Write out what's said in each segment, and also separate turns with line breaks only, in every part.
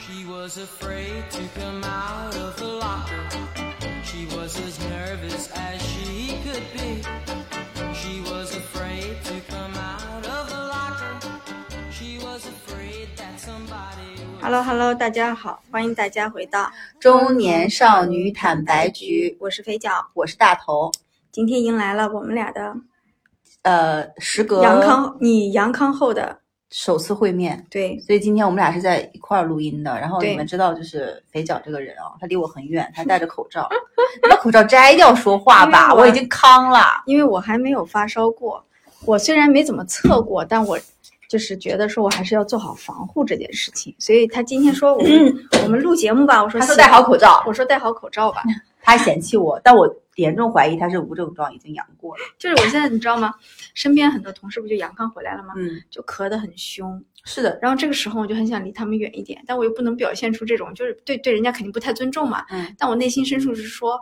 She was afraid to come out of the locker. She was as nervous as she could be. She was afraid to come out of the locker. She was afraid that somebody would.
Hello Hello，大家好，欢迎大家回到，
中年少女坦白局，
我是肥脚，
我是大头。
今天迎来了我们俩的
呃，时隔
阳康，你阳康后的
首次会面，
对
所以今天我们俩是在一块儿录音的。然后
对
你们知道，就是肥脚这个人啊，他离我很 远，他戴着口罩，你把口罩摘掉说话吧，
因为我
我已经康了。
因为我还没有发烧过，我虽然没怎么测过，但我就是觉得说我还是要做好防护这件事情，所以他今天说我们我们录节目吧，我说
嗯他说
行
戴好，口罩，
我说戴好口罩吧，
他还嫌弃我，但我严重怀疑他是无症状，已经阳过了。
就是我现在你知道吗？身边很多同事不就阳康回来了吗？
嗯，
就咳得很凶，
是的，
然后这个时候我就很想离他们远一点，但我又不能表现出这种就是对对人家肯定不太尊重嘛，
嗯，
但我内心深处是说，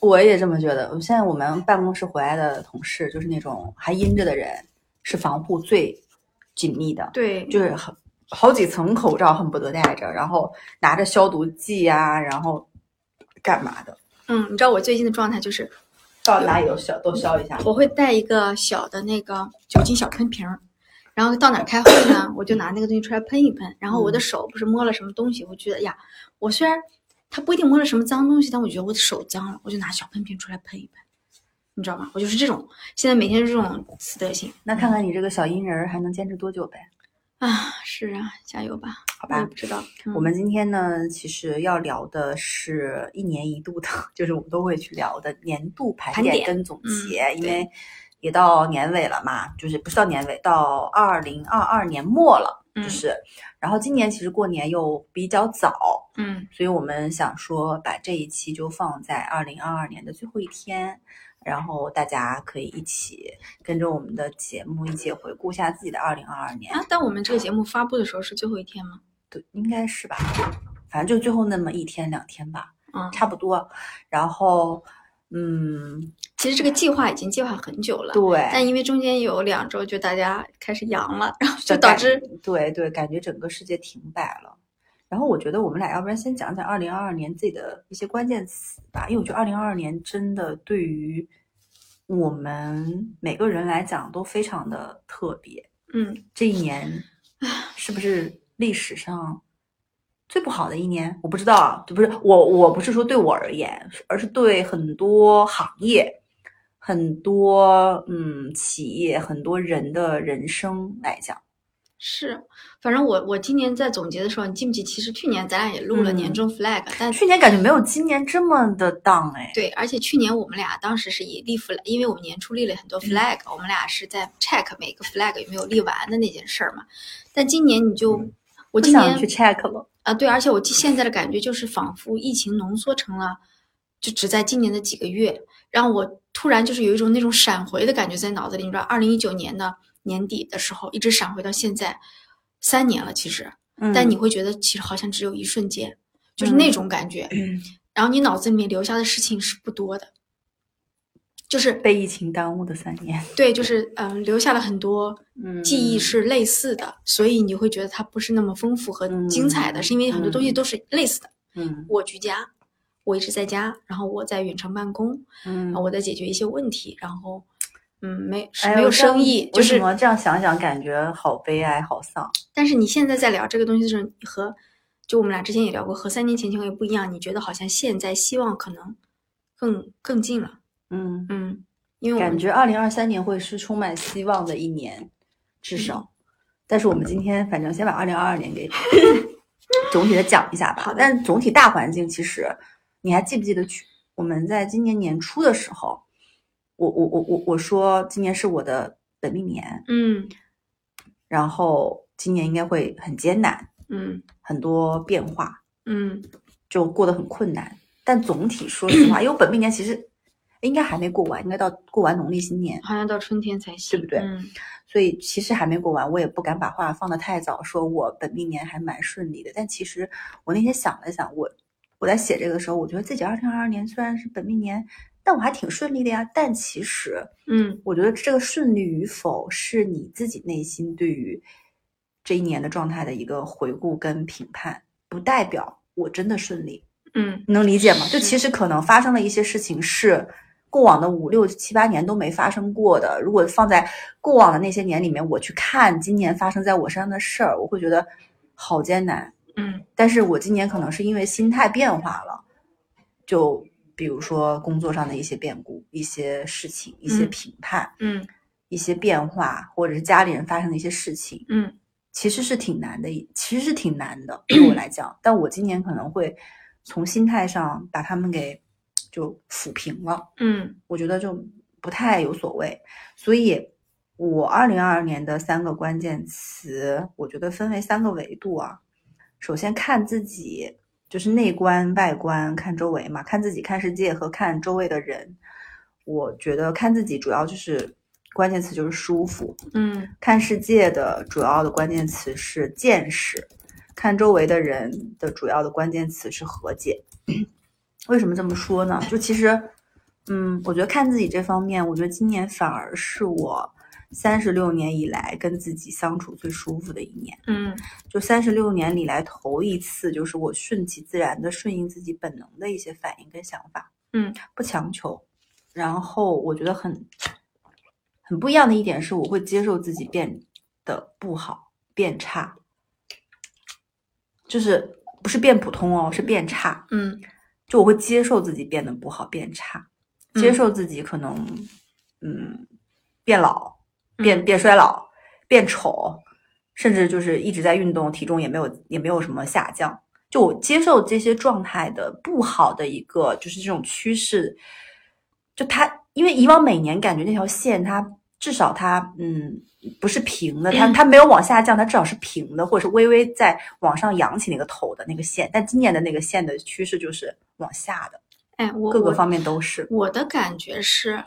我也这么觉得。我现在我们办公室回来的同事，就是那种还阴着的人，是防护最紧密的。
对，
就是好好几层口罩恨不得戴着，然后拿着消毒剂呀、然后干嘛的，
嗯，你知道我最近的状态就是，
到哪里都消都消一下。
我会带一个小的那个酒精小喷瓶儿，然后到哪儿开会呢，我就拿那个东西出来喷一喷。然后
嗯
我的手不是摸了什么东西，我觉得呀，我虽然它不一定摸了什么脏东西，但我觉得我的手脏了，我就拿小喷瓶出来喷一喷，你知道吗？我就是这种，现在每天是这种死德性
那看看你这个小阴人儿还能坚持多久呗？
啊。是啊，加油吧，
好
我也
吧
不，知道，嗯
我们今天呢，其实要聊的是一年一度的， 就是我们都会去聊的年度盘
盘
点
点
跟总结，
嗯
因为也到年尾了嘛，就是不是到年尾，到二零二二年末了，
嗯
就是。然后今年其实过年又比较早，
嗯
所以我们想说，把这一期就放在二零二二年的最后一天，然后大家可以一起跟着我们的节目一起回顾一下自己的二零二二年
啊。，但我们这个节目发布的时候是最后一天吗？
对，应该是吧，反正就最后那么一天两天吧，
嗯，
差不多。然后，嗯，
其实这个计划已经计划很久了。
对，
但因为中间有两周，就大家开始阳了，然后就
这
导
感
致
对对，感觉整个世界停摆了。然后我觉得我们俩要不然先讲讲二零二二年自己的一些关键词吧，因为我觉得二零二二年真的对于我们每个人来讲都非常的特别。
嗯，
这一年是不是历史上最不好的一年？我不知道啊，就不是我，我不是说对我而言，是而是对很多行业、很多嗯企业、很多人的人生来讲。
是，反正我我今年在总结的时候，你记不记？其实去年咱俩也录了年
嗯
终 flag，、但
去年感觉没有今年这么的荡哎，
对，而且去年我们俩当时是以立 flag，因为我们年初立了很多
嗯
flag，、我们俩是在 check 每个 flag 有没有立完的那件事儿嘛。但今年你就，我
嗯不
今
想
年
去 check 了。
啊，对，而且我记现在的感觉就是仿佛疫情浓缩成了，就只在今年的几个月，让我突然就是有一种那种闪回的感觉在脑子里。你知道，二零一九年的年底的时候，一直闪回到现在，三年了其实，
嗯
但你会觉得其实好像只有一瞬间，就是那
嗯
种感觉。 然后你脑子里面留下的事情是不多的，就是
被疫情耽误的三年，
对，就是嗯、呃留下了很多
嗯
记忆是类似的，所以你会觉得它不是那么丰富和精彩的，
嗯
是因为很多东西
嗯
都是类似的。
嗯
我居家，我一直在家，然后我在远程办公，
嗯
然啊后我在解决一些问题，然后嗯，没是
哎
没有
我这样
生意，就
为什
是。
么这样想想感觉好悲哀，好丧。
但是你现在在聊这个东西的时候，你和就我们俩之前也聊过，和三年前情况也不一样，你觉得好像现在希望可能更更近了，
嗯，
嗯，因为我
感
们
觉二零二三年会是充满希望的一年，至少。
嗯
但是我们今天反正先把二零二 二年给总体的讲一下吧
好。的
但总体大环境其实，你还记不记得去我们在今年年初的时候，我我我我我说今年是我的本命年，
嗯
然后今年应该会很艰难，
嗯
很多变化。
嗯
就过得很困难。但总体说实话，因为我本命年其实应该还没过完，应该到过完农历新年，
好像到春天才行，
对不对
嗯
所以其实还没过完，我也不敢把话放得太早，说我本命年还蛮顺利的。但其实我那天想了想，我我在写这个时候，我觉得自己二零二二年虽然是本命年，但我还挺顺利的呀。但其实
嗯
我觉得这个顺利与否，是你自己内心对于这一年的状态的一个回顾跟评判，不代表我真的顺利，
嗯
能理解吗？就其实可能发生了一些事情是过往的五六七八年都没发生过的。如果放在过往的那些年里面，我去看今年发生在我身上的事儿，我会觉得好艰难。
嗯
但是我今年可能是因为心态变化了，就比如说工作上的一些变故、一些事情、一些
嗯
评判、
嗯
一些变化，或者是家里人发生的一些事情，
嗯
其实是挺难的，其实是挺难的对我来讲。但我今年可能会从心态上把他们给就抚平了。
嗯
我觉得就不太有所谓。所以，我二零二二年的三个关键词，我觉得分为三个维度啊。首先看自己，就是内观、外观，看周围嘛，看自己、看世界和看周围的人。我觉得看自己主要就是关键词就是舒服，
嗯
看世界的主要的关键词是见识，看周围的人的主要的关键词是和解。 为什么这么说呢？就其实，嗯，我觉得看自己这方面，我觉得今年反而是我三十六年以来跟自己相处最舒服的一年。
嗯
就三十六年里来头一次，就是我顺其自然的顺应自己本能的一些反应跟想法，
嗯，
不强求。然后我觉得很很不一样的一点是，我会接受自己变得不好、变差，就是不是变普通哦，是变差。
嗯
就我会接受自己变得不好、变差，
嗯
接受自己可能嗯变老、
嗯
变变衰老、变丑，甚至就是一直在运动，体重也没有也没有什么下降。就我接受这些状态的不好的一个就是这种趋势，就它因为以往每年感觉那条线它至少它嗯不是平的，它
嗯
它没有往下降，它至少是平的，或者是微微在往上扬起那个头的那个线。但今年的那个线的趋势就是往下的，
哎，我
各个
我
方面都是。
我的感觉是，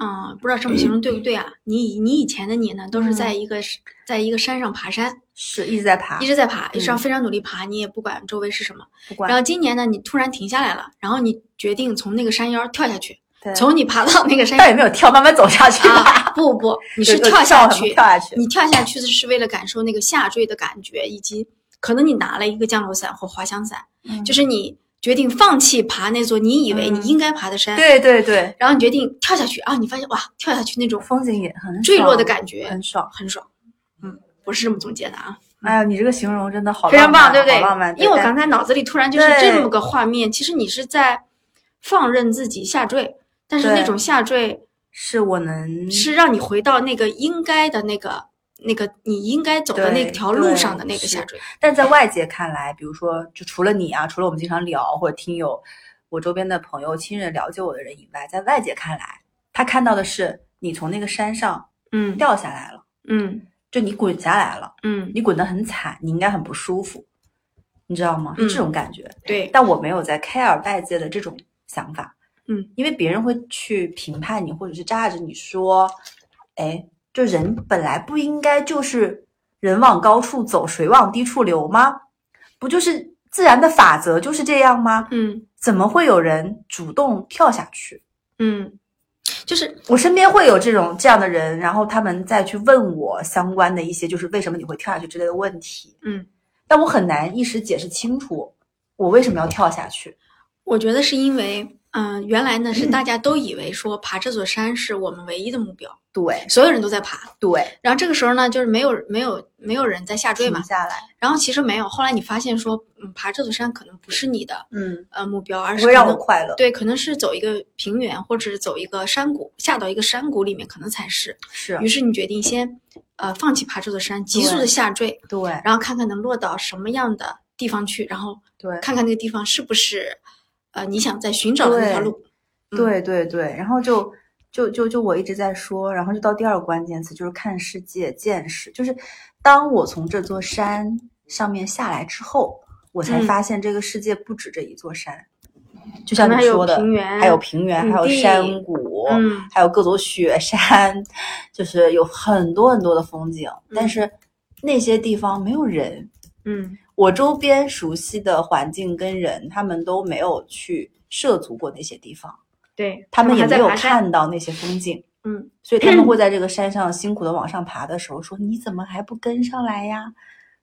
嗯、不知道这么形容对不对啊？你以你以前的你呢，都是在一个、在一个山上爬山，
是一直在嗯爬，
一直在爬，一直要
嗯
非常努力爬，你也不管周围是什么。
不管
然后今年呢，你突然停下来了，然后你决定从那个山腰跳下去，
对
从你爬到那个山
倒也没有跳，慢慢走下去吧。
啊，不不，你
你
是
跳
下
什么
去
跳，下去。
你跳下去是为了感受那个下坠的感觉，以及可能你拿了一个降落伞或滑翔伞，
嗯
就是你决定放弃爬那座你以为你
嗯
应该爬的山，
对对对，
然后你决定跳下去啊，你发现哇，跳下去那种
风景也很
坠落的
爽
感觉
很爽。
很爽。
嗯，
我是这么总结的啊，
哎呀，你这个形容真的好
非常
浪
棒，
漫
对不对？
好浪漫，
因为我
但
刚才脑子里突然就是
对
这么个画面，其实你是在放任自己下坠，但是那
对嗯
种下坠
是我能
是让你回到那个应该的那个。那个你应该走的那
对
条路
对
上的那个
是
下坠，
但在外界看来，比如说，就除了你啊，除了我们经常聊或者听友，我周边的朋友、亲人了解我的人以外，在外界看来，他看到的是你从那个山上
嗯
掉下来了，
嗯
就你滚下来了，
嗯，
你滚得很惨，你应该很不舒服，你知道吗？
嗯
是这种感觉。
对，
但我没有在 care 外界的这种想法，
嗯，
因为别人会去评判你，或者是扎着你说，哎，就人本来不应该就是人往高处走，水往低处流吗？不就是自然的法则就是这样吗？
嗯
怎么会有人主动跳下去？
嗯，就是
我身边会有这种这样的人，然后他们再去问我相关的一些，就是为什么你会跳下去之类的问题，
嗯，
但我很难一时解释清楚我为什么要跳下去。
我觉得是因为，嗯、原来呢是大家都以为说爬这座山是我们唯一的目标，
对
所有人都在爬，
对，
然后这个时候呢就是没有没有没有人在下坠
停
嘛，
下来，
然后其实没有，后来你发现说，嗯，爬这座山可能不是你的
嗯，
呃目标，而
不
是
会
可
让我
能
快乐。
对，可能是走一个平原，或者是走一个山谷，下到一个山谷里面，可能才是。
是
于是你决定先，呃，放弃爬这座山，急速
对
的下坠，
对
然后看看能落到什么样的地方去，然后
对
看看那个地方是不是，呃，你想在寻找的那条
对
路。嗯
对对对，然后就就就就我一直在说，然后就到第二个关键词，就是看世界、见识。就是当我从这座山上面下来之后，我才
嗯
发现这个世界不止这一座山，就像
可能
你
还有
说的，
平原
还有平原，
谷
还有
地
山谷，
嗯
还有各座雪山，就是有很多很多的风景，但
嗯
是那些地方没有人。
嗯
我周边熟悉的环境跟人，他们都没有去涉足过那些地方，
对，
他们也
还在
没有
爬山。
看到那些风景。
嗯，
所以他们会在这个山上辛苦的往上爬的时候说：“你怎么还不跟上来呀？”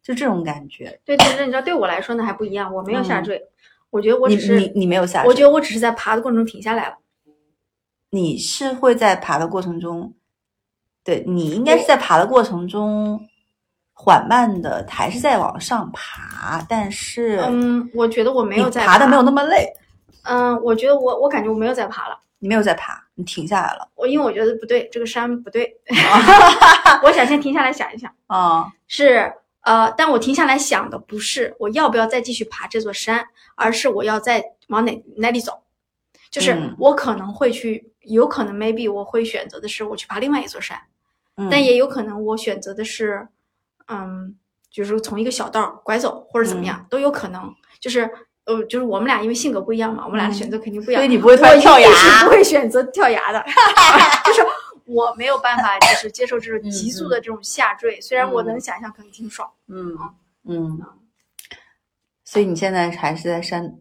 就这种感觉。
对，其实你知道，对我来说呢还不一样，我没有下
嗯
坠，我觉得我
你
只是
你你没有下
我
去
觉得我只是在爬的过程中停下来了。
你是会在爬的过程中，对你应该是在爬的过程中缓慢的，还是在往上爬，但是
嗯，我觉得我没有
你
在
爬的没有那么累，
嗯，我觉得我我感觉我没有在爬了，
你没有在爬，你停下来了
我因为我觉得不对，这个山不对，
哦
我想先停下来想一想，
啊、
是呃，但我停下来想的不是我要不要再继续爬这座山，而是我要再往哪哪里走，就是
嗯
我可能会去，有可能 maybe 我会选择的是我去爬另外一座山，
嗯
但也有可能我选择的是，嗯，就是从一个小道儿拐走或者
嗯
怎么样、都有可能，就是。呃，就是我们俩因为性格不一样嘛，我们俩
嗯
选择肯定不一样。
所以你不会突然跳
我一定是不
崖，
会选择跳崖 的，就是我没有办法，就是接受这种急速的这种下坠。虽然我能想象，可能挺爽。
嗯嗯，所以你现在还是在山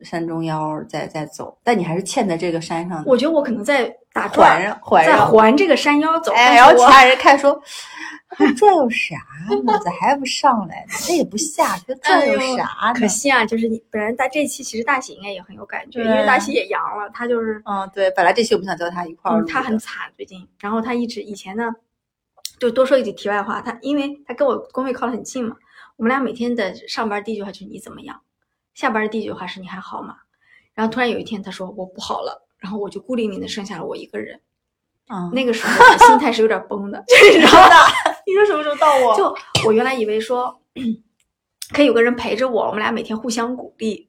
山中央在在走，但你还是嵌在这个山上的，
我觉得我可能在打转
环
儿，
绕环
在
绕。
环这个山腰走，
哎，然
但
后
是
其
我
他人看说，这有啥呢？咋还不上来呢？这也不下去，这有啥
可
呢？
惜啊，就是你本来大这期其实大喜应该也很有感觉，因
对
为大喜也阳了，他就是
嗯，对，本来这期我们想叫他一块儿
嗯
录的，
他很惨最近，然后他一直以前呢，就多说一句题外话，他因为他跟我工位靠得很近嘛，我们俩每天的上班第一句话就是你怎么样，下班第一句话是你还好吗？然后突然有一天他说我不好了，然后我就孤零零的剩下了我一个人，
嗯
那个时候我心态是有点崩 的，就是你知道吗？
你说什么时候到我就
就我原来以为说 可以有个人陪着我，我们俩每天互相鼓励，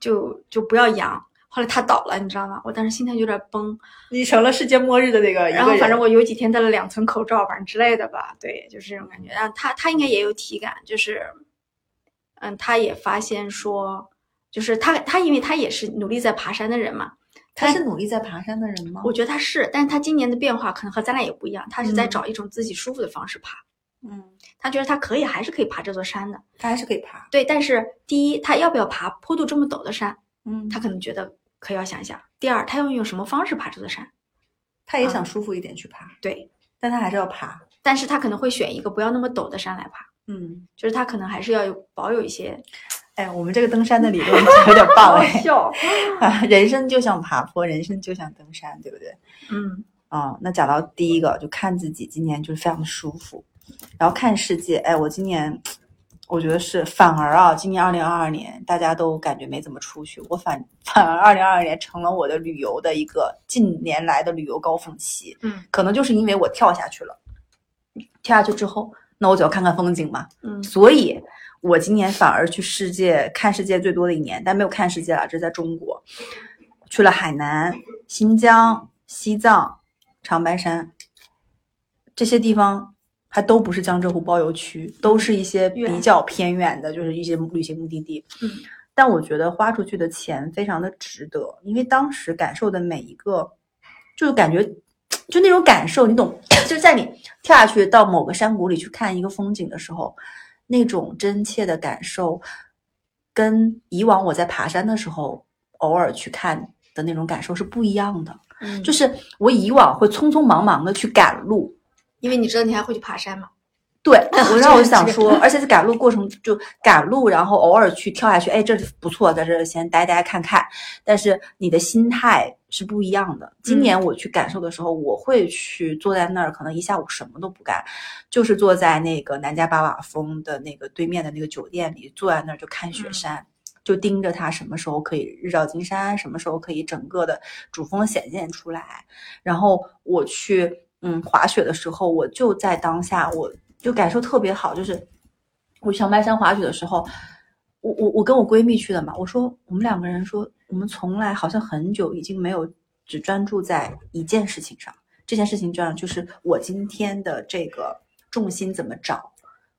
就就不要扬。后来他倒了，你知道吗？我当时心态有点崩，
你成了世界末日的那个一个人，
然后反正我有几天戴了两层口罩，反正之类的吧，对，就是这种感觉。然后他他应该也有体感，就是，嗯，他也发现说，就是他他因为他也是努力在爬山的人嘛，
他是努力在爬山的人吗？
我觉得他是，但是他今年的变化可能和咱俩也不一样，他是在
嗯
找一种自己舒服的方式爬，
嗯，
他觉得他可以还是可以爬这座山的，
他还是可以爬，
对，但是第一，他要不要爬坡度这么陡的山，
嗯
他
他
可能觉得可要想一想；第二，他要用什么方式爬这座山，
他也
嗯
想舒服一点去爬，
对，
但他还是要爬，
但是他可能会选一个不要那么陡的山来爬。
嗯。
就是他可能还是要有保有一些
哎，我们这个登山的理论有点棒 哎！
笑，
啊，人生就像爬坡，人生就像登山，对不对？
嗯，
啊，那讲到第一个，就看自己今年就是非常的舒服，然后看世界。哎，我今年我觉得是反而啊，今年二零二二年大家都感觉没怎么出去，我反反而二零二二年成了我的旅游的一个近年来的旅游高峰期。
嗯，
可能就是因为我跳下去了，跳下去之后，那我就要看看风景嘛。
嗯
所以我今年反而去世界看世界最多的一年，但没有看世界了，这是在中国，去了海南、新疆、西藏、长白山这些地方，还都不是江浙沪包邮区，都是一些比
远
较偏远的，就是一些旅行目的地。
嗯，
但我觉得花出去的钱非常的值得，因为当时感受的每一个，就是感觉。就那种感受，你懂？就在你跳下去到某个山谷里去看一个风景的时候，那种真切的感受，跟以往我在爬山的时候偶尔去看的那种感受是不一样的。
嗯，
就是是我以往会匆匆忙忙的去赶路，
因为你知道你还会去爬山嘛，
对，我让我就想
这个
说，而且在赶路过程就赶路，然后偶尔去跳下去，哎，这里不错，在这儿先待待看看。但是你的心态是不一样的。今年我去感受的时候，我会去坐在那儿，可能一下午什么都不干，就是坐在那个南迦巴瓦峰的那个对面的那个酒店里，坐在那儿就看雪
嗯
山。就盯着它什么时候可以日照金山，什么时候可以整个的主峰显现出来。然后我去嗯滑雪的时候，我就在当下，我就感受特别好，就是我去长白山滑雪的时候，我我我跟我闺蜜去的嘛，我说我们两个人说，我们从来好像很久已经没有只专注在一件事情上，这件事情这样就是我今天的这个重心怎么找，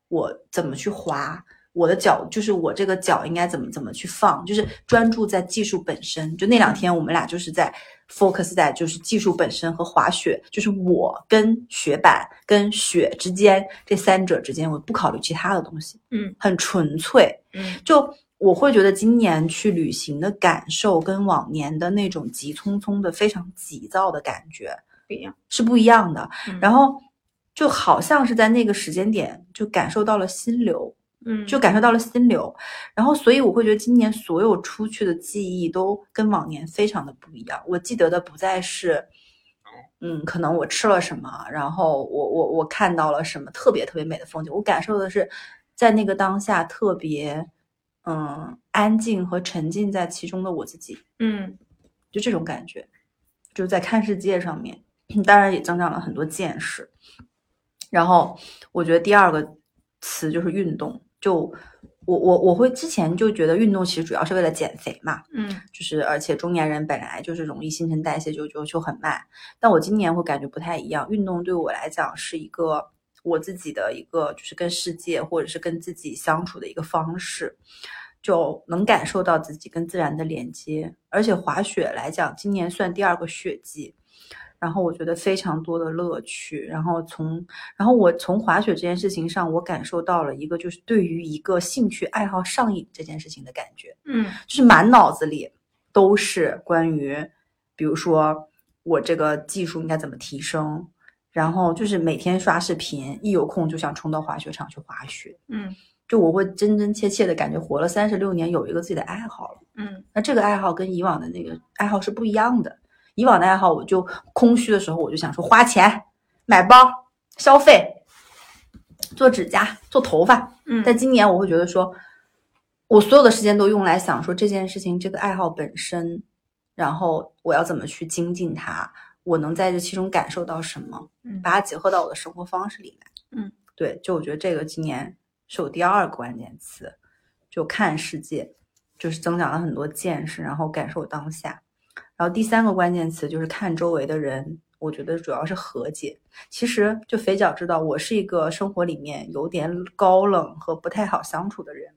我怎么去滑，我的脚就是我这个脚应该怎么怎么去放，就是专注在技术本身。就那两天我们俩就是在 focus 在就是技术本身和滑雪，就是我跟雪板跟雪之间这三者之间，我不考虑其他的东西，
嗯，
很纯粹。
嗯
就我会觉得今年去旅行的感受跟往年的那种急匆匆的、非常急躁的感觉，
不不一样。
是不一样的。
嗯
然后就好像是在那个时间点就感受到了心流，
嗯，
就感受到了心流。然后所以我会觉得今年所有出去的记忆都跟往年非常的不一样。我记得的不再是。嗯，可能我吃了什么，然后我我我看到了什么特别特别美的风景，我感受的是在那个当下特别嗯安静和沉浸在其中的我自己。
嗯
就这种感觉，就在看世界上面，当然也增长了很多见识。然后我觉得第二个词就是运动，就我我我会之前就觉得运动其实主要是为了减肥嘛，
嗯
就是而且中年人本来就是容易新陈代谢就就就很慢，但我今年会感觉不太一样，运动对我来讲是一个我自己的一个就是跟世界或者是跟自己相处的一个方式，就能感受到自己跟自然的连接，而且滑雪来讲，今年算第二个雪季。然后我觉得非常多的乐趣，然后从，然后我从滑雪这件事情上，我感受到了一个就是对于一个兴趣爱好上瘾这件事情的感觉。
嗯
就是满脑子里都是关于，比如说我这个技术应该怎么提升，然后就是每天刷视频，一有空就想冲到滑雪场去滑雪。
嗯
就我会真真切切的感觉，活了三十六年，有一个自己的爱好了。
嗯
那这个爱好跟以往的那个爱好是不一样的。以往的爱好，我就空虚的时候，我就想说花钱买包、消费、做指甲、做头发，
嗯，
但今年我会觉得说，我所有的时间都用来想说这件事情、这个爱好本身，然后我要怎么去精进它，我能在这其中感受到什么，
嗯
把它结合到我的生活方式里来。
嗯，
对，就我觉得这个今年是我第二个关键词，就看世界，就是增长了很多见识，然后感受当下。然后第三个关键词就是看周围的人，我觉得主要是和解。其实就肥脚知道，我是一个生活里面有点高冷和不太好相处的人，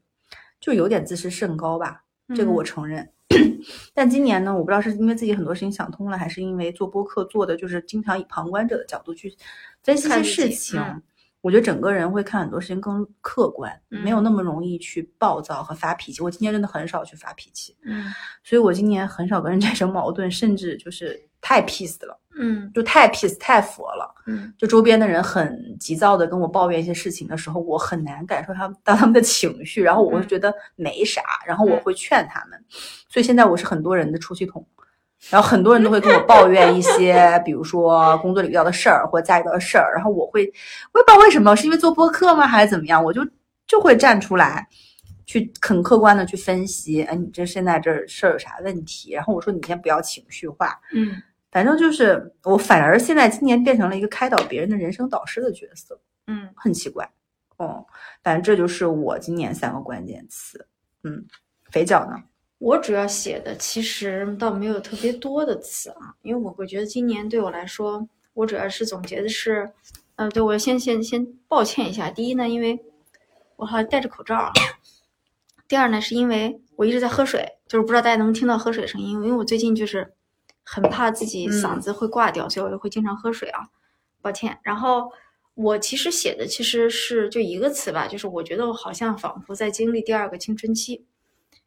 就有点自视甚高吧，这
嗯
个我承认。 但今年呢，我不知道是因为自己很多事情想通了，还是因为做播客做的就是经常以旁观者的角度去分析一些
看自
事
己
情，
嗯
我觉得整个人会看很多事情更客观，没有
嗯
那么容易去暴躁和发脾气。我今年真的很少去发脾气，
嗯
所以我今年很少跟人产生矛盾，甚至就是太 peace 了，
嗯
就太 peace 太佛了。
嗯
就周边的人很急躁的跟我抱怨一些事情的时候，我很难感受他们到他们的情绪，然后我会
嗯
觉得没啥，然后我
嗯
会劝他们。所以现在我是很多人的出气筒，然后很多人都会跟我抱怨一些，比如说工作里遇到的事儿或家里遇到的事儿，然后我会我也不知道为什么，是因为做播客吗，还是怎么样，我就就会站出来。去很客观的去分析，哎，你这现在这事儿有啥问题？然后我说你先不要情绪化，
嗯
反正就是我反而现在今年变成了一个开导别人的人生导师的角色，
嗯
很奇怪。哦，反正这就是我今年三个关键词。嗯，肥脚呢？
我主要写的其实倒没有特别多的词啊，因为我会觉得今年对我来说，我主要是总结的是，呃，对我先先先抱歉一下。第一呢，因为我好像戴着口罩啊；第二呢，是因为我一直在喝水，就是不知道大家能不能听到喝水声音，因为我最近就是很怕自己嗓子会挂掉，所以我就会经常喝水啊，抱歉。然后我其实写的其实是就一个词吧，就是我觉得我好像仿佛在经历第二个青春期。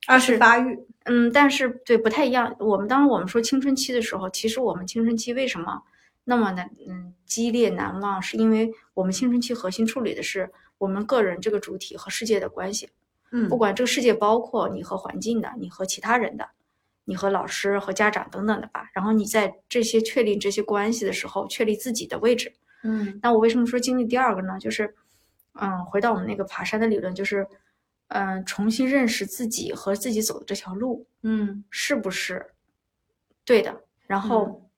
二是发育。
嗯，但是对不太一样。我们当时我们说青春期的时候，其实我们青春期为什么那么的嗯激烈难忘，是因为我们青春期核心处理的是我们个人这个主体和世界的关系，
嗯
不管这个世界包括你和环境的，你和其他人的，你和老师和家长等等的吧。然后你在这些确立这些关系的时候，确立自己的位置，
嗯
那我为什么说经历第二个呢？就是，嗯，回到我们那个爬山的理论，就是，嗯，重新认识自己和自己走的这条路
嗯
是不是对的，然后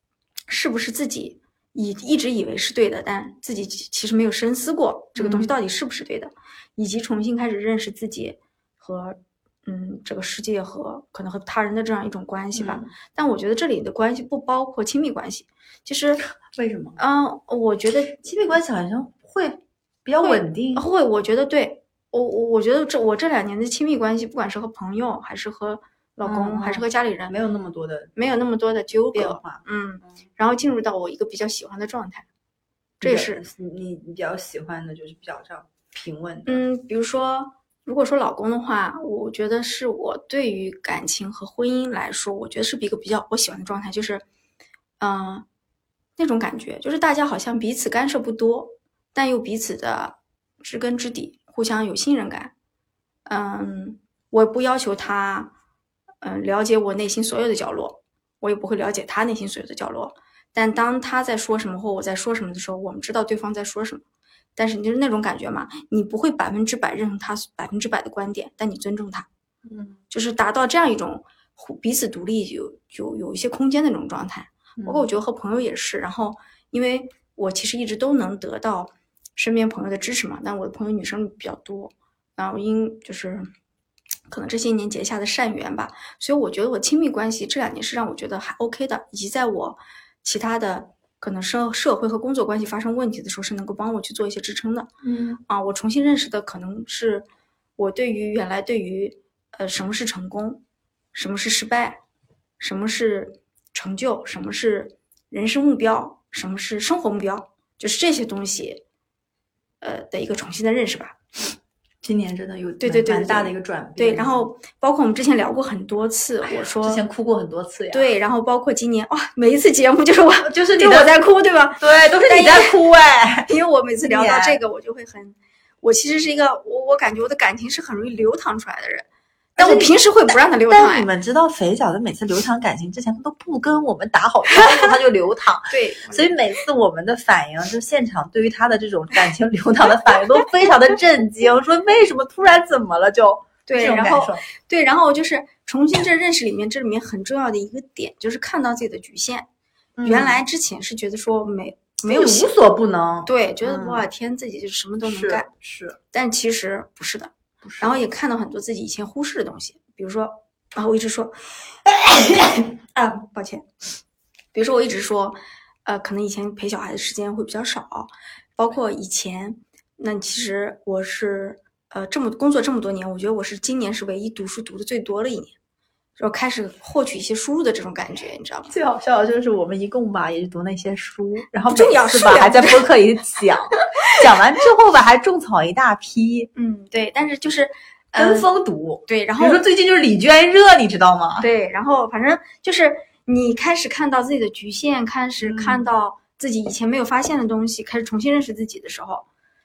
是不是自己以一直以为是对的，但自己其其实没有深思过这个东西
嗯
到底是不是对的，以及重新开始认识自己和嗯这个世界和可能和他人的这样一种关系吧。
嗯
但我觉得这里的关系不包括亲密关系，其 实，
为什么？
嗯，我觉得
亲密关系好像会比较
会哦
稳定。
会，我觉得对我我我觉得这我这两年的亲密关系，不管是和朋友，还是和老公，
嗯
还是和家里人，
没有那么多的
没有那么多的纠
变
葛，
化。
嗯，然后进入到我一个比较喜欢的状态，这也是，
你你比较喜欢的就是比较这样平稳的。
嗯，比如说。如果说老公的话，我觉得是我对于感情和婚姻来说，我觉得是一个比较我喜欢的状态，就是，嗯、那种感觉，就是大家好像彼此干涉不多，但又彼此的知根知底，互相有信任感。嗯，我不要求他，嗯，了解我内心所有的角落，我也不会了解他内心所有的角落。但当他在说什么或我在说什么的时候，我们知道对方在说什么。但是你就是那种感觉嘛，你不会百分之百认同他百分之百的观点，但你尊重他，
嗯，
就是达到这样一种互彼此独立有有有一些空间的那种状态。包括我觉得和朋友也是，然后因为我其实一直都能得到身边朋友的支持嘛，但我的朋友女生比较多，然后因就是可能这些年结下的善缘吧，所以我觉得我亲密关系这两年是让我觉得还 OK 的，以及在我其他的可能社社会和工作关系发生问题的时候，是能够帮我去做一些支撑的。
嗯
啊，我重新认识的可能是我对于原来对于呃什么是成功，什么是失败，什么是成就，什么是人生目标，什么是生活目标，就是这些东西，呃的一个重新的认识吧。
今年真的有
对对对
蛮
对对
大的一个转变。
对，然后包括我们之前聊过很多次，我说
嗯哎之前哭过很多次呀，
对，然后包括今年哇，每一次节目就是我
就是 你
就
的
我在哭，对吧？
对，都是
但
你
因
在哭哎，
因为我每次聊到这
年
个，我就会很，我其实是一个，我我感觉我的感情是很容易流淌出来的人，但
且
我
你
平时会不让它流淌
但你
哎。
们知道，肥脚的每次流淌感情之前，他都不跟我们打好招呼，他就流 淌。
对，
所以每次我们的反应，就现场对于他的这种感情流淌的反应都非常的震惊，说为什么突然怎么了就
对，
这种
然
感
后
受，
对，然后就是重新这认识里面，这里面很重要的一个点就是看到自己的局限。
嗯
原来之前是觉得说没没
你
有
无
希
所不能，
对，觉得
嗯
哇天自己就什么都能
是
干，
是，
但其实不是的。
不是
然后也看到很多自己以前忽视的东西，比如说，啊，我一直说，啊，抱歉，比如说我一直说，呃，可能以前陪小孩的时间会比较少，包括以前，那其实我是，呃，这么工作这么多年，我觉得我是今年是唯一读书读的最多的一年，就开始获取一些输入的这种感觉，你知道吗？
最好笑的就是我们一共吧也就读那些书，然后
不重要
每次
数
吧
量
还在
不
播客里 讲，讲完之后吧还种草一大批
嗯，对，但是就是，
跟
嗯，
风读。
对，然
比
后
如说最近就是李娟热，你知道吗？
对，然后反正就是你开始看到自己的局限，开始看
嗯
到自己以前没有发现的东西，开始重新认识自己的时候，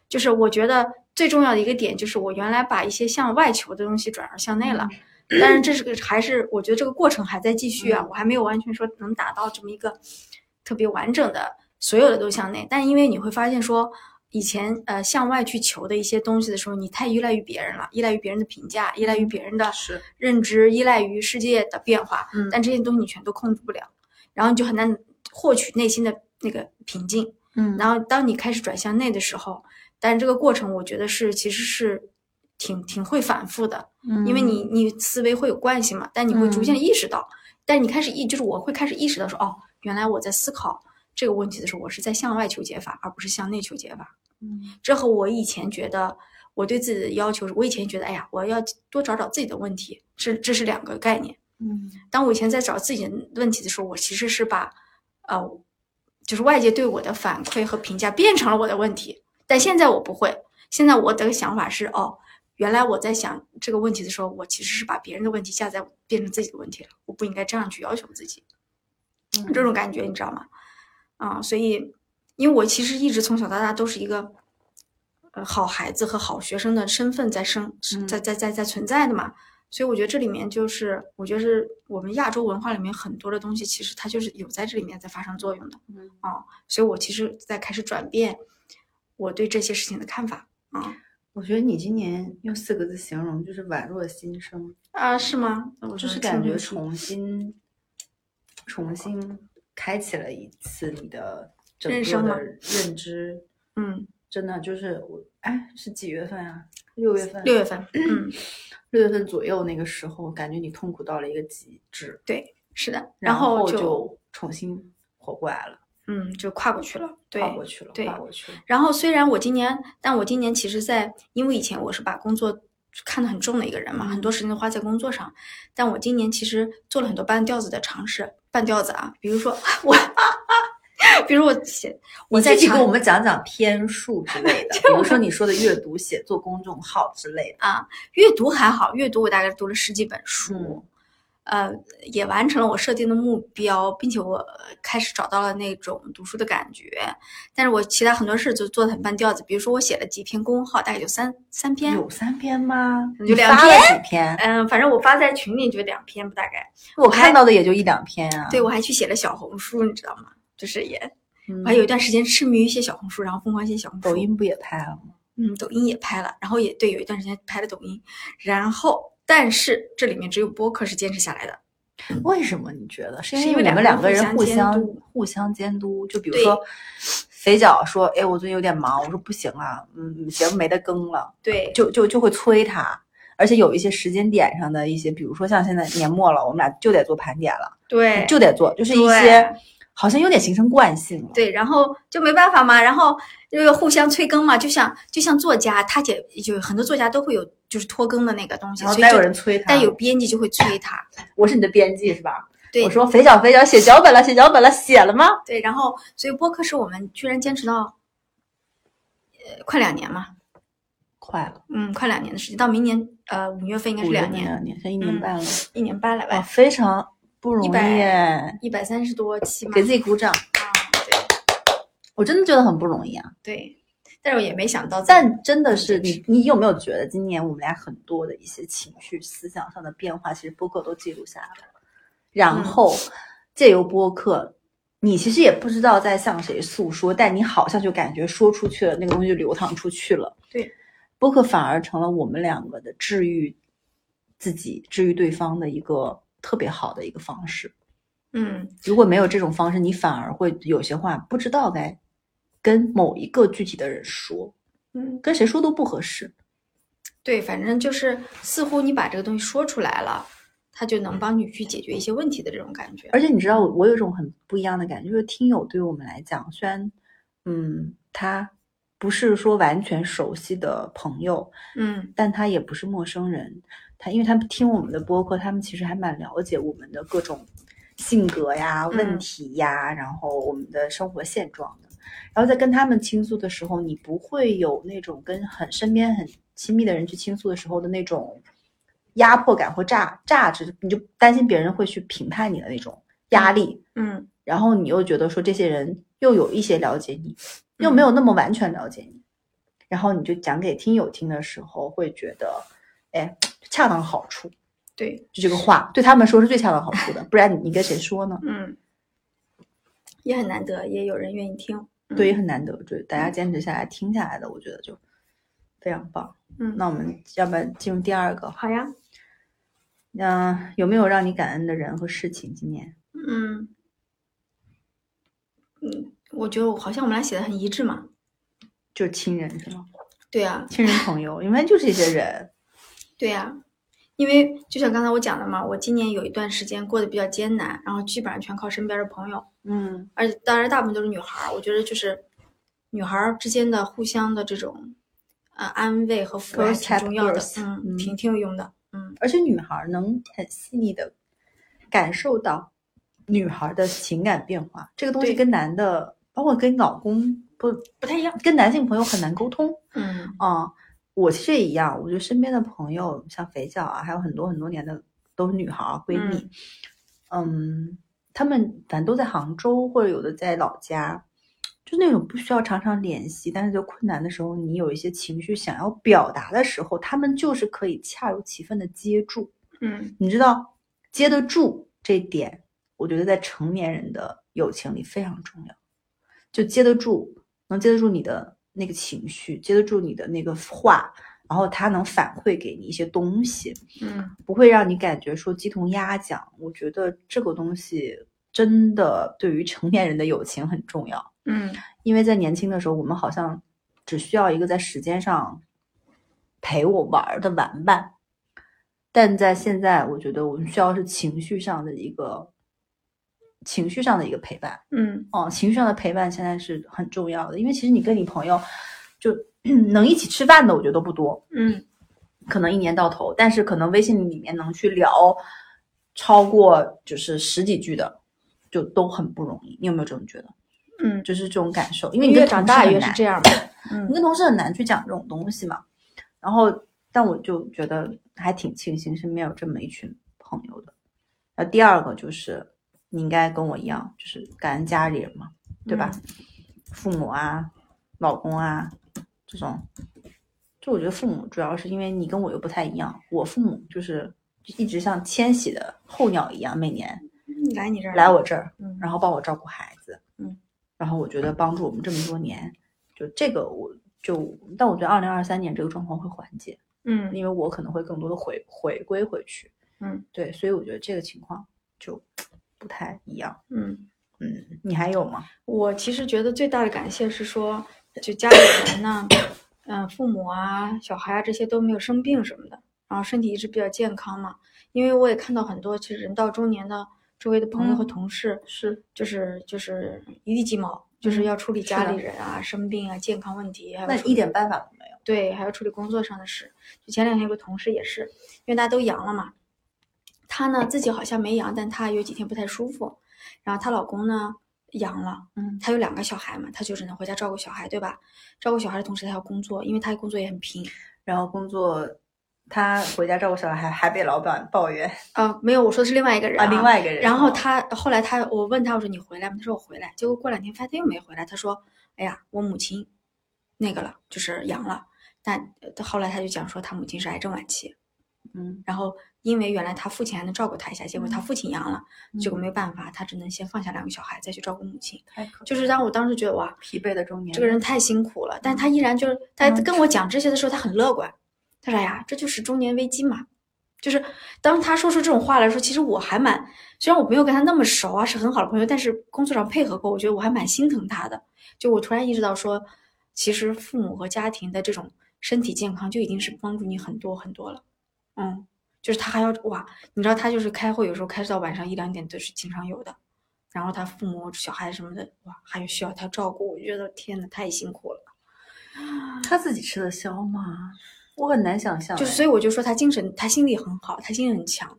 就是我觉得最重要的一个点就是我原来把一些向外求的东西转而向内了。但是这是个还是我觉得这个过程还在继续啊，我还没有完全说能达到这么一个特别完整的所有的都向内。但因为你会发现说，以前呃向外去求的一些东西的时候，你太依赖于别人了，依赖于别人的评价，依赖于别人的
是，
认知依赖于世界的变化，
嗯
但这些东西你全都控制不了，然后你就很难获取内心的那个平静。
嗯
然后当你开始转向内的时候，但这个过程我觉得是其实是挺挺会反复的，因为你你思维会有惯性嘛，但你会逐渐
嗯
意识到，但你开始意就是我会开始意识到说，哦，原来我在思考这个问题的时候，我是在向外求解法，而不是向内求解法。
嗯
这和我以前觉得我对自己的要求是，我以前觉得，哎呀，我要多找找自己的问题，这这是两个概念。
嗯
当我以前在找自己的问题的时候，我其实是把，呃，就是外界对我的反馈和评价变成了我的问题。但现在我不会，现在我的想法是，哦，原来我在想这个问题的时候，我其实是把别人的问题下载变成自己的问题了，我不应该这样去要求自己。
嗯
这种感觉，你知道吗？啊、所以，因为我其实一直从小到大都是一个，呃，好孩子和好学生的身份在生，
嗯
在在在在存在的嘛。所以我觉得这里面就是，我觉得是我们亚洲文化里面很多的东西，其实它就是有在这里面在发生作用的。
嗯
啊、所以我其实在开始转变我对这些事情的看法啊
我觉得你今年用四个字形容就是宛若新生，
啊，是吗？那我
就是
能
感
听
觉
不出
重新重新开启了一次你的整
人
个
生吗
的认知，
嗯，
真的就是我哎是几月份啊？六月份，
六月 份，嗯，
六月份左右那个时候，感觉你痛苦到了一个极致，
对，是的。
然
后
就重新活过来了，
嗯，就跨过去了，对，
跨过去了，
对
跨过去了。
然后虽然我今年，但我今年其实在，因为以前我是把工作看得很重的一个人嘛，很
嗯
多时间都花在工作上。但我今年其实做了很多半吊子的尝试，半吊子啊，比如说 我，比如我写我
你
在
具体
查
给我们讲讲篇数之 类的，比如说你说的阅读、写作、公众号之类的。
阅读还好，阅读我大概读了十几本书，
嗯
呃，也完成了我设定的目标，并且我开始找到了那种读书的感觉。但是我其他很多事就做的很半吊子，比如说我写了几篇公号，大概有三三篇，
有三篇吗？
有
你
两
发了几篇？
嗯、反正我发在群里就两篇吧，大概。
我
还
看到的也就一两篇啊。
对，我还去写了小红书，你知道吗？就是也，
嗯，
我还有一段时间痴迷于写小红书，然后疯狂写小红书。
抖，音不也拍了吗？
嗯，抖音也拍了，然后也对，有一段时间拍了抖音，然后但是这里面只有播客是坚持下来的。
为什么你觉得？是
是因
因
为
为我
两
们
个人
两个
互
人
相
互
监
相
督
互相监督？就比如
对
说，肥脚说：“哎，我最近有点忙。”我说：“不行啊，嗯，节目没得更了。”
对，
就就就会催他，而且有一些时间点上的一些，比如说像现在年末了，我们俩就得做盘点了，
对，
就得做，就是一
对
些好像有点形成惯性了。
对，然后就没办法嘛，然后就是互相催更嘛，就像就像作家，他姐就很多作家都会有就是拖更的那个东西，
然后
所以
再有
就
人催他，
但有编辑就会催他，
我是你的编辑是吧？
对
我说肥脚肥脚写脚本了，写脚本了，写了吗？
对，然后所以播客是我们居然坚持到，呃，快两年嘛，
快了，
嗯，快两年的时间，到明年呃五月份应该是
五月
两
份哦
年，
两年，现在一年
嗯
半了，
一年半了
哇，
吧，
非常不容易
100
耶，
一百三十多期嘛，
给自己鼓掌，
啊，对
我真的觉得很不容易啊。
对，但是我也没想到自己，
但真的是你，你有没有觉得今年我们俩很多的一些情绪、思想上的变化，其实播客都记录下来了，然后借由播客，你其实也不知道在向谁诉说，但你好像就感觉说出去了，那个东西就流淌出去了。
对，
播客反而成了我们两个的治愈自己、治愈对方的一个特别好的一个方式。
嗯，
如果没有这种方式，你反而会有些话不知道该跟某一个具体的人说，
嗯，
跟谁说都不合适。
对，反正就是似乎你把这个东西说出来了，它就能帮你去解决一些问题的这种感觉。
而且你知道我，我有一种很不一样的感觉，就是听友对于我们来讲，虽然，嗯，他不是说完全熟悉的朋友，
嗯，
但他也不是陌生人。他因为他们听我们的播客，他们其实还蛮了解我们的各种性格呀、问
嗯
题呀，然后我们的生活现状的。然后在跟他们倾诉的时候，你不会有那种跟很身边很亲密的人去倾诉的时候的那种压迫感或榨榨制，你就担心别人会去评判你的那种压力。
嗯，
然后你又觉得说这些人又有一些了解你，又没有那么完全了解你，然后你就讲给听友听的时候，会觉得，哎，恰当好处，
对，
就这个话对他们说是最恰当好处的，不然你你跟谁说呢？
嗯，也很难得，也有人愿意听。嗯
对，也，很难得，对大家坚持下来听下来的，我觉得就非常棒。
嗯，
那我们要不然进入第二个？
好呀，
嗯、有没有让你感恩的人和事情？今年
嗯，嗯，我觉得我好像我们俩写的很一致嘛。
就是亲人是吗？
对啊，
亲人朋友，因为就这些人，
对呀、因为就像刚才我讲的嘛，我今年有一段时间过得比较艰难，然后基本上全靠身边的朋友，
嗯，
而且当然大部分都是女孩儿。我觉得就是女孩儿之间的互相的这种，呃，安慰和抚慰还
Girls
挺
help
重要的，
girls，
嗯，
嗯
挺挺有用的，嗯，
而且女孩能很细腻的感受到女孩的情感变化，这个东西
对
跟男的，包括跟老公不
不太一样，
跟男性朋友很难沟通
嗯
啊、我其实也一样，我觉得身边的朋友像肥脚啊，还有很多很多年的都是女孩儿啊闺蜜，嗯，她们反正都在杭州，或者有的在老家。就那种不需要常常联系，但是就困难的时候，你有一些情绪想要表达的时候，她们就是可以恰如其分的接住。
嗯，
你知道接得住这一点，我觉得在成年人的友情里非常重要。就接得住，能接得住你的那个情绪，接得住你的那个话，然后他能反馈给你一些东西，
嗯，
不会让你感觉说鸡同鸭讲。我觉得这个东西真的对于成年人的友情很重要。
嗯，
因为在年轻的时候，我们好像只需要一个在时间上陪我玩儿的玩伴，但在现在，我觉得我们需要是情绪上的一个情绪上的一个陪伴。
嗯，
哦，情绪上的陪伴现在是很重要的，因为其实你跟你朋友就 能一起吃饭的，我觉得都不多。
嗯，
可能一年到头，但是可能微信里面能去聊超过就是十几句的，就都很不容易。你有没有这种觉得？
嗯，
就是这种感受，因为
你
你跟
越
同
长
事
大
很
越是
难
这样嘛，
你
嗯
跟同事很难去讲这种东西嘛。然后，但我就觉得还挺庆幸身边有这么一群朋友的，然后第二个就是你应该跟我一样，就是感恩家里人嘛，对吧？父母啊，老公啊，这种，就我觉得父母主要是因为你跟我又不太一样，我父母就是就一直像迁徙的候鸟一样，每年
嗯来你这儿
来我这儿，
嗯
然后帮我照顾孩子，
嗯，
然后我觉得帮助我们这么多年，就这个我就，但我觉得二零二三年这个状况会缓解，
嗯
因为我可能会更多的回回归回去，
嗯，
对，所以我觉得这个情况就不太一样，
嗯，
嗯，你还有吗？
我其实觉得最大的感谢是说，就家里人呢，嗯，父母啊、小孩啊这些都没有生病什么的，然后身体一直比较健康嘛。因为我也看到很多其实人到中年的周围的朋友和
嗯
同事，
是，
就是就是一地鸡毛，就是
嗯
要处理
是
家
的
里人啊、生病啊、健康问题，还有
那
处
一
理
点办法都没有，
对，还要处理工作上的事。就前两天有个同事也是，因为大家都阳了嘛，她呢自己好像没阳，但她有几天不太舒服，然后她老公呢阳了，
嗯
她有两个小孩嘛，她就只能回家照顾小孩，对吧？照顾小孩的同时，她要工作，因为她工作也很拼。
然后工作，他回家照顾小孩，还被老板抱 怨
呃，没有，我说的是另外一个人、
啊，另外一个人，
然后他后来他我问他我说你回来吗？他说我回来。结果过两天发现他又没回来，他说哎呀我母亲那个了，就是阳了。但呃后来他就讲说他母亲是癌症晚期，
嗯，
然后因为原来他父亲还能照顾他一下，结果他父亲阳了，结果
嗯
没有办法，他只能先放下两个小孩再去照顾母亲。
太可
就是让我当时觉得哇，
疲惫的中年，
这个人太辛苦了，但他依然就是他
嗯
跟我讲这些的时候，他很乐观。他说：“哎呀，这就是中年危机嘛。”就是当他说出这种话来说，其实我还蛮，虽然我没有跟他那么熟啊，是很好的朋友，但是工作上配合过，我觉得我还蛮心疼他的。就我突然意识到说，其实父母和家庭的这种身体健康就已经是帮助你很多很多了。嗯，就是他还要哇，你知道他就是开会，有时候开到晚上一两点都是经常有的。然后他父母、小孩什么的，哇，还有需要他照顾，我觉得天呐，太辛苦了。
他自己吃得消吗？我很难想象哎，
就所以我就说他精神，他心理很好，他心理很强。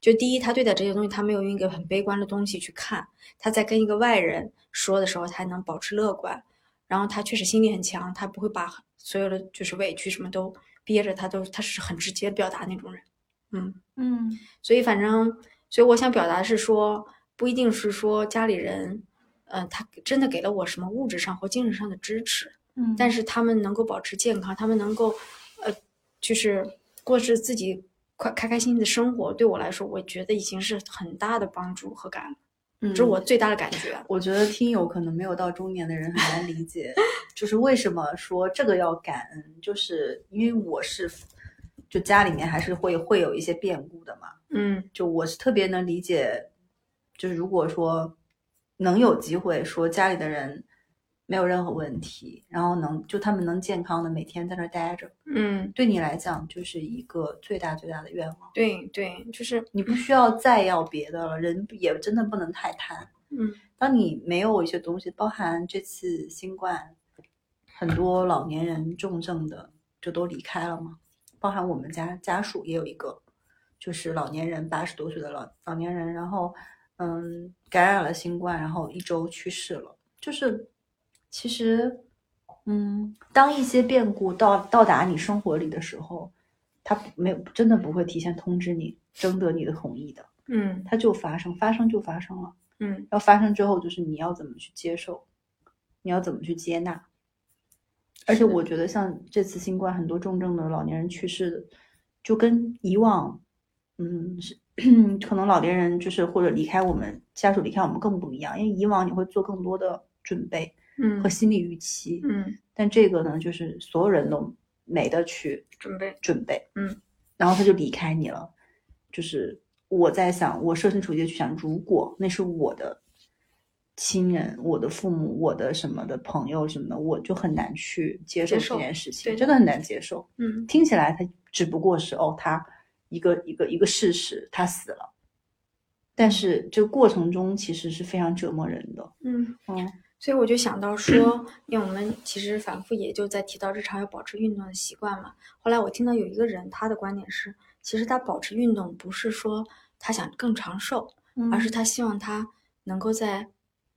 就第一，他对待这些东西，他没有用一个很悲观的东西去看，他在跟一个外人说的时候，才能保持乐观。然后他确实心理很强，他不会把所有的就是委屈什么都憋着，他都他是很直接表达那种人。嗯，
嗯，
所以反正，所以我想表达的是说，不一定是说家里人，嗯、他真的给了我什么物质上或精神上的支持，
嗯
但是他们能够保持健康，他们能够，呃，就是过着自己快开开心心的生活，对我来说，我觉得已经是很大的帮助和感恩，
嗯
这是我最大的感觉。
我觉得听友可能没有到中年的人很难理解，就是为什么说这个要感恩，就是因为我是，就家里面还是会会有一些变故的嘛，
嗯
就我是特别能理解，就是如果说能有机会说家里的人没有任何问题，然后能就他们能健康的每天在那儿待着，
嗯，
对你来讲就是一个最大最大的愿望。
对对，就是
你不需要再要别的了，人也真的不能太贪。
嗯
当你没有一些东西，包含这次新冠，很多老年人重症的就都离开了嘛，包含我们家家属也有一个，就是老年人八十多岁的老老年人，然后嗯感染了新冠，然后一周去世了。就是其实，嗯，当一些变故到到达你生活里的时候，它没有真的不会提前通知你，征得你的同意的，
嗯
它就发生，发生就发生了。
嗯
要发生之后，就是你要怎么去接受，你要怎么去接纳。而且
是的
我觉得，像这次新冠，很多重症的老年人去世的，就跟以往，嗯，是 可能老年人就是或者离开我们家属离开我们更不一样，因为以往你会做更多的准备
嗯
和心理预期，
嗯，
但这个呢，就是所有人都没得去
准备
准备，
嗯，
然后他就离开你了。就是我在想，我设身处地的去想，如果那是我的亲人、我的父母、我的什么的朋友什么的，我就很难去接受
接受
这件事情，
对
真的很难接受。
嗯
听起来他只不过是哦，他一个一个一个事实，他死了。但是这个过程中其实是非常折磨人的，
嗯。
嗯
所以我就想到说，因为我们其实反复也就在提到日常要保持运动的习惯嘛。后来我听到有一个人，他的观点是，其实他保持运动不是说他想更长寿，
嗯
而是他希望他能够在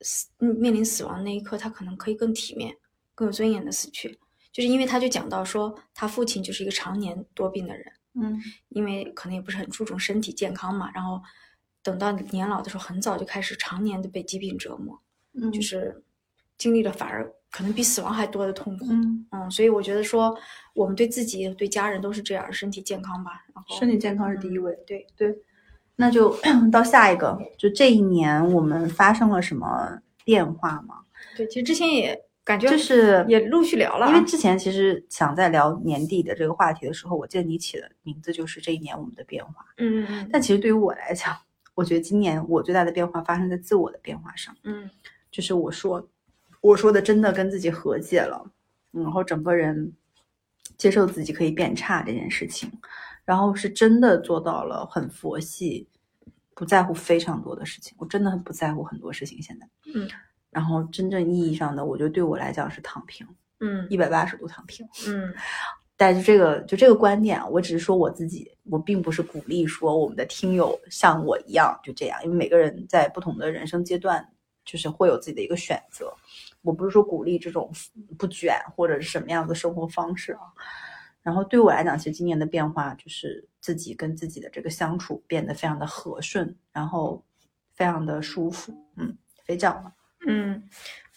死嗯面临死亡那一刻，他可能可以更体面、更有尊严的死去。就是因为他就讲到说，他父亲就是一个常年多病的人，
嗯
因为可能也不是很注重身体健康嘛，然后等到你年老的时候，很早就开始常年的被疾病折磨，
嗯
就是是经历了反而可能比死亡还多的痛苦。
嗯，
嗯，所以我觉得说，我们对自己、对家人都是这样，身体健康吧。然后嗯
身体健康是第一位。
对，
那就 到下一个，就这一年我们发生了什么变化吗？
对，其实之前也感觉
就是
也陆续聊了啊，
因为之前其实想在聊年底的这个话题的时候，我记得你起的名字就是这一年我们的变化。
嗯嗯
但其实对于我来讲，我觉得今年我最大的变化发生在自我的变化上，
嗯
就是我说我说的真的跟自己和解了，嗯然后整个人接受自己可以变差这件事情，然后是真的做到了很佛系，不在乎非常多的事情，我真的很不在乎很多事情现在。
嗯，
然后真正意义上的，我觉得对我来讲是躺平，
嗯
一百八十度躺平。
嗯
但是这个就这个观点啊，我只是说我自己，我并不是鼓励说我们的听友像我一样就这样，因为每个人在不同的人生阶段，就是会有自己的一个选择。我不是说鼓励这种不卷或者是什么样的生活方式啊。然后对我来讲，其实今年的变化就是自己跟自己的这个相处变得非常的和顺，然后非常的舒服。嗯，飞这样吧。
嗯，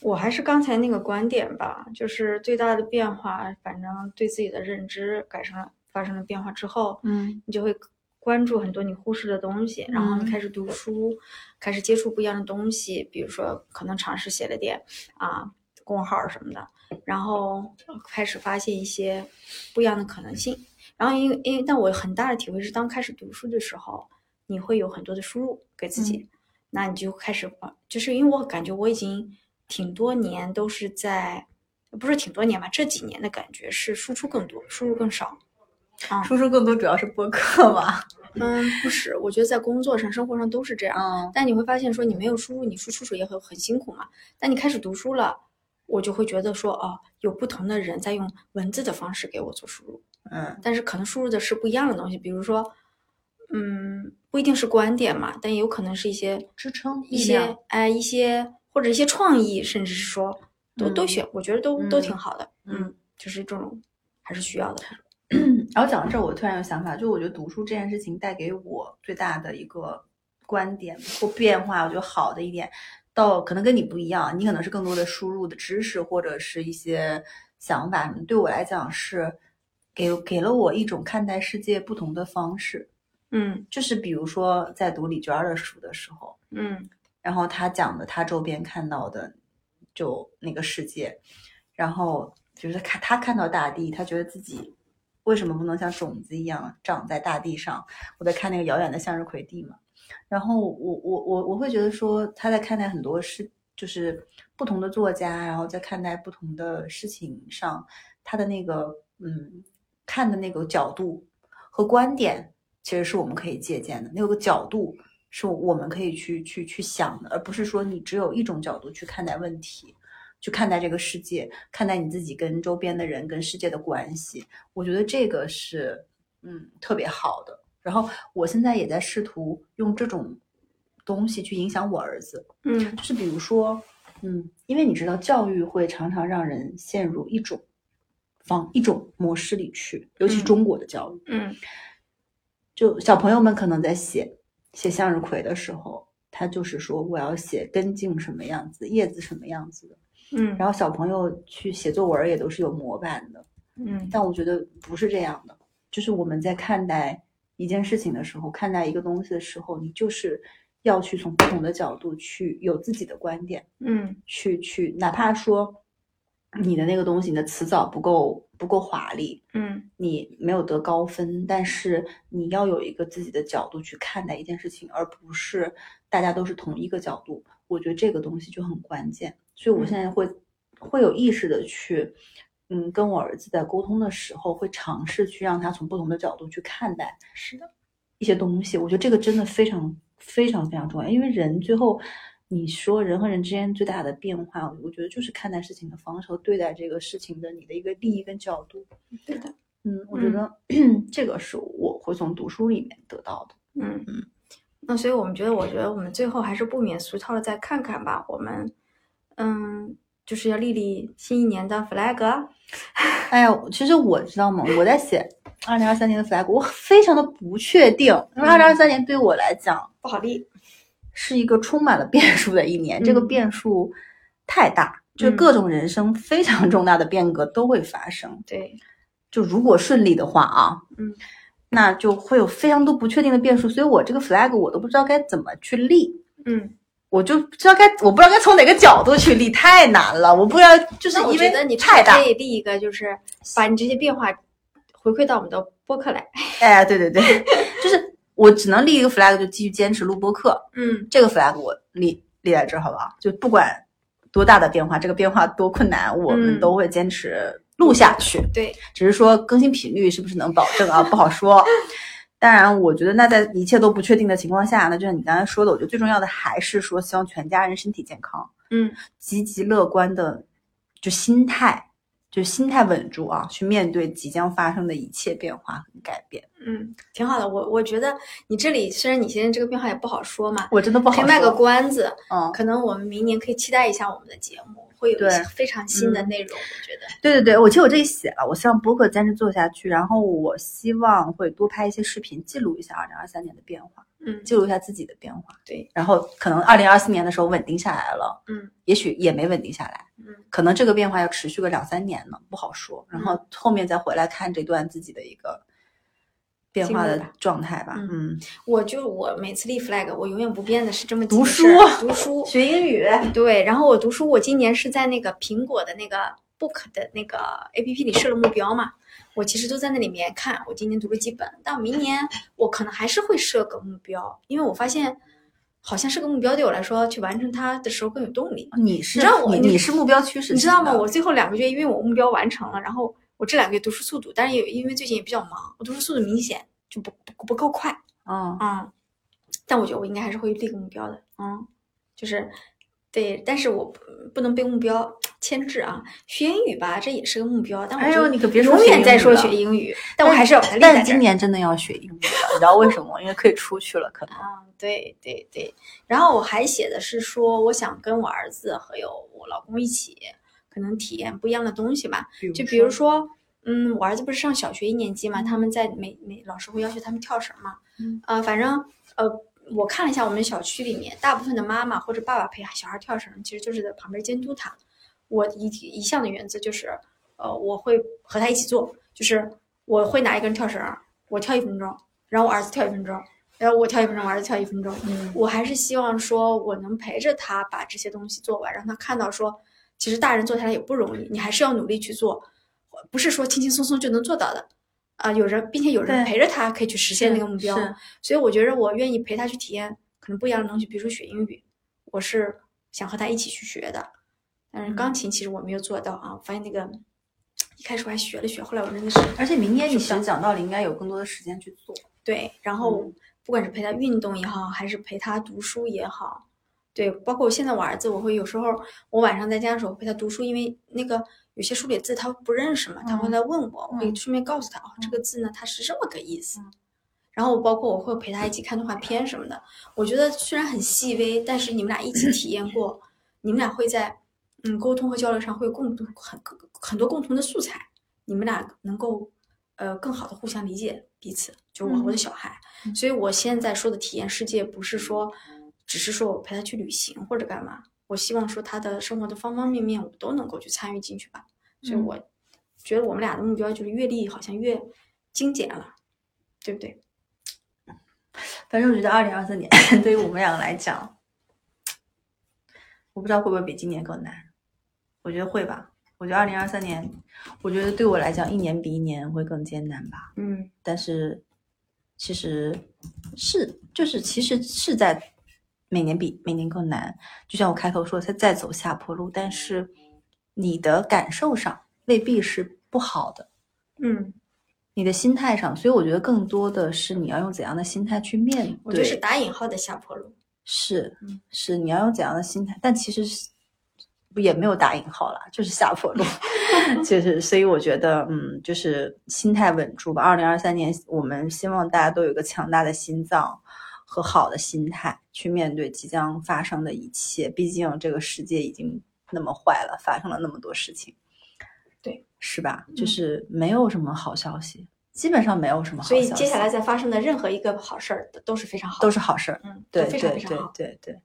我还是刚才那个观点吧，就是最大的变化，反正对自己的认知改成了发生了变化之后，
嗯
你就会关注很多你忽视的东西，然后你
嗯
开始读书，开始接触不一样的东西，比如说可能尝试写了点啊公号什么的，然后开始发现一些不一样的可能性。然后因为因为但我很大的体会是，当开始读书的时候，你会有很多的输入给自己，那你就开始把就是因为我感觉我已经挺多年都是在。不是挺多年吧，这几年的感觉是输出更多，输入更少。
输出更多主要是播客嘛。
嗯，不是，我觉得在工作上、生活上都是这样。
嗯
但你会发现说你没有输入，你输出时候也很很辛苦嘛。但你开始读书了，我就会觉得说哦，有不同的人在用文字的方式给我做输入，
嗯
但是可能输入的是不一样的东西，比如说，嗯，不一定是观点嘛，但也有可能是一些
支撑
一
力量
些哎一些或者一些创意，甚至是说都、都
嗯
选，我觉得都、都挺
嗯
好的，
嗯
嗯，就是这种还是需要的，
然后讲到这儿，我突然有想法，就我觉得读书这件事情带给我最大的一个观点或变化，我觉得好的一点，到可能跟你不一样，你可能是更多的输入的知识或者是一些想法，对我来讲是给给了我一种看待世界不同的方式，
嗯
就是比如说在读李娟儿的书的时候，
嗯
然后他讲的他周边看到的就那个世界，然后就是看他看到大地，他觉得自己为什么不能像种子一样长在大地上？我在看那个遥远的向日葵地嘛，然后我我我我会觉得说他在看待很多事，就是不同的作家，然后在看待不同的事情上，他的那个嗯看的那个角度和观点，其实是我们可以借鉴的。那个角度是我们可以去去去想的，而不是说你只有一种角度去看待问题，去看待这个世界，看待你自己跟周边的人跟世界的关系。我觉得这个是嗯特别好的。然后我现在也在试图用这种东西去影响我儿子，
嗯
就是比如说，嗯，因为你知道，教育会常常让人陷入一种方一种模式里去，尤其是
嗯
中国的教育。
嗯
就小朋友们可能在写写向日葵的时候，他就是说我要写根茎什么样子，叶子什么样子的。
嗯，
然后小朋友去写作文儿也都是有模板的，
嗯
但我觉得不是这样的，就是我们在看待一件事情的时候，看待一个东西的时候，你就是要去从不同的角度去有自己的观点。
嗯
去去，哪怕说你的那个东西，你的词藻不够不够华丽，
嗯
你没有得高分，但是你要有一个自己的角度去看待一件事情，而不是大家都是同一个角度。我觉得这个东西就很关键，所以我现在会会有意识的去。嗯，跟我儿子在沟通的时候，会尝试去让他从不同的角度去看待
是的，
一些东西，我觉得这个真的非常非常非常重要，因为人最后，你说人和人之间最大的变化，我觉得就是看待事情的方式和对待这个事情的你的一个利益跟角度。
对的。
嗯，我觉得、 这个是我会从读书里面得到的。
嗯，那所以我们觉得，我觉得我们最后还是不免俗套的再看看吧。我们，嗯，就是要立立新一年的 flag。
哎呀，其实我知道吗？我在写二零二三年的 flag，我非常的不确定，因为
嗯
二零二三年对我来讲
不好立，
是一个充满了变数的一年，这个
嗯
变数太大，就是
嗯
各种人生非常重大的变革都会发生。
对，
就如果顺利的话啊，
嗯，
那就会有非常多不确定的变数，所以我这个 flag 我都不知道该怎么去立，
嗯，
我就不知道该我不知道该从哪个角度去立，太难了，我不知道就是
那我
因
觉得
为
你
太大
可，以立一个，就是把你这些变化回馈到我们的播客来。
哎，对对对，就是我只能立一个 flag，就继续坚持录播客，
嗯，
这个 flag 我立立在这儿好不好？就不管多大的变化，这个变化多困难，我们
嗯
都会坚持录下去。
对，
只是说更新频率是不是能保证啊，不好说。 当然，我觉得那在一切都不确定的情况下，那就像你刚才说的，我觉得最重要的还是说，希望全家人身体健康，
嗯
积极乐观的就心态，就心态稳住啊，去面对即将发生的一切变化和改变。
嗯，挺好的。我我觉得你这里虽然你现在这个变化也不好说嘛，
我真的不好
可以
说。
卖个关子，
嗯，
可能我们明年可以期待一下我们的节目，会有一些
对
非常新的
嗯
内容。我觉得，
对对对，我其实我这里写了，我希望播客坚持做下去，然后我希望会多拍一些视频，记录一下二零二三年的变化，
嗯，
记录一下自己的变化。
对，
然后可能二零二四年的时候稳定下来了。
嗯
也许也没稳定下来，
嗯
可能这个变化要持续个两三年呢，不好说。然后后面再回来看这段自己的一个变化的
经历吧
状态吧。嗯，
我就我每次立 flag，我永远不变的是这么几
读
个
书
事 儿读书，
学英语，
对，然后我读书，我今年是在那个苹果的那个 Book 的那个 A P P 里设了目标嘛，我其实都在那里面看，我今年读了几本，但明年我可能还是会设个目标，因为我发现好像设个目标对我来说，去完成它的时候更有动力。
你是
你知道我
你
你
是目标驱使型的，
你知道吗？我最后两个月，因为我目标完成了，然后我这两个月读书速度，但是也因为最近也比较忙，我读书速度明显就不不不够快，
嗯
嗯，但我觉得我应该还是会立个目标的，嗯，就是对，但是我不不能被目标牵制啊。学英语吧，这也是个目标，但我
哎呦
就
你可别说
永
学
远
英
在
语
说
了
学英语，但我还是要把它立在
但
这
今
儿。
年真的要学英语了，你知道为什么吗？因为可以出去了，可能。
啊，对对对，然后我还写的是说，我想跟我儿子还有我老公一起，可能体验不一样的东西吧。就比如，说，嗯，我儿子不是上小学一年级嘛，他们在每每老师会要求他们跳绳嘛，
嗯
呃，反正呃，我看了一下我们小区里面，大部分的妈妈或者爸爸陪小孩跳绳，其实就是在旁边监督他。我一一向的原则就是，呃，我会和他一起做，就是我会拿一个人跳绳，我跳一分钟，然后我儿子跳一分钟，然后我跳一分钟，我儿子跳一分钟，
嗯，
我还是希望说我能陪着他把这些东西做完，让他看到说，其实大人做下来也不容易，你还是要努力去做，不是说轻轻松松就能做到的。啊、有人，并且有人
对
陪着他可以去实现那个目标，
是
所以我觉得我愿意陪他去体验可能不一样的东西，比如说学英语，我是想和他一起去学的。但是
嗯
钢琴其实我没有做到啊，我发现那个一开始我还学了学，后来我真的是
而且明年你
是的
想讲道理，应该有更多的时间去做。
对，然后
嗯
不管是陪他运动也好，还是陪他读书也好，对，包括我现在我儿子，我会有时候我晚上在家的时候陪他读书，因为那个有些书里的字他不认识嘛，他会
嗯嗯
来问我，我会顺便告诉他，哦，这个字呢它是这么个意思。然后包括我会陪他一起看动画片什么的，我觉得虽然很细微，但是你们俩一起体验过，你们俩会在嗯沟通和交流上会有共同很很多共同的素材，你们
嗯
俩能够呃更好的互相理解彼此，就是我和我的小孩。
嗯
所以我现在说的体验世界，不是说只是说我陪他去旅行或者干嘛，我希望说他的生活的方方面面我都能够去参与进去吧。所以
嗯
我觉得我们俩的目标就是阅历好像越精简了，对不对？
反正我觉得二零二四年 对于我们两个来讲，我不知道会不会比今年更难。我觉得会吧。我觉得二零二三年，我觉得对我来讲，一年比一年会更艰难吧。
嗯
但是其实是就是其实是在每年比每年更难。就像我开头说，的，它在走下坡路，但是你的感受上未必是不好的。
嗯，
你的心态上，所以我觉得更多的是你要用怎样的心态去面对。
我觉得是打引号的下坡路。
是
嗯
是，你要用怎样的心态？但其实是不也没有打引号啦，就是下坡 路，就是所以我觉得，嗯，就是心态稳住吧。二零二三年，我们希望大家都有一个强大的心脏和好的心态去面对即将发生的一切。毕竟这个世界已经那么坏了，发生了那么多事情，
对，
是吧？就
嗯
是没有什么好消息，基本上没有什么好
所以
消
接下
息
来再发生的任何一个好事儿都是非常好的，
都是好事儿。
嗯，都
对
非常
对
非
对
常好。
对对。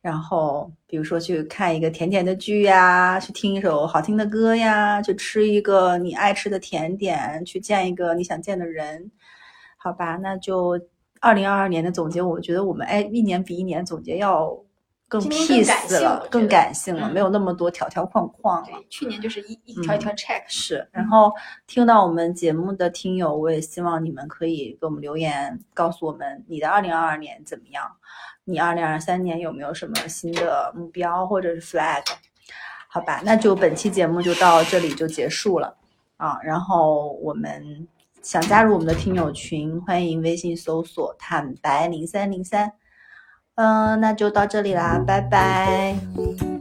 然后比如说去看一个甜甜的剧呀，去听一首好听的歌呀，去吃一个你爱吃的甜点，去见一个你想见的人，好吧？那就二零二二年的总结，我觉得我们哎一年比一年总结要更
今年更感
peace
性我
了
觉，
更
得
感性了，
嗯
没有那么多条条框框了。
对，去年就是一
嗯
一条一条 check，
是，然后听到我们节目的听友，我也希望你们可以给我们留言，告诉我们你的二零二二年怎么样，你二零二三年有没有什么新的目标或者是 flag？好吧，那就本期节目就到这里就结束了啊。然后我们想加入我们的听友群，欢迎微信搜索“坦白零三零三”。嗯，那就到这里啦，拜拜。
Bye.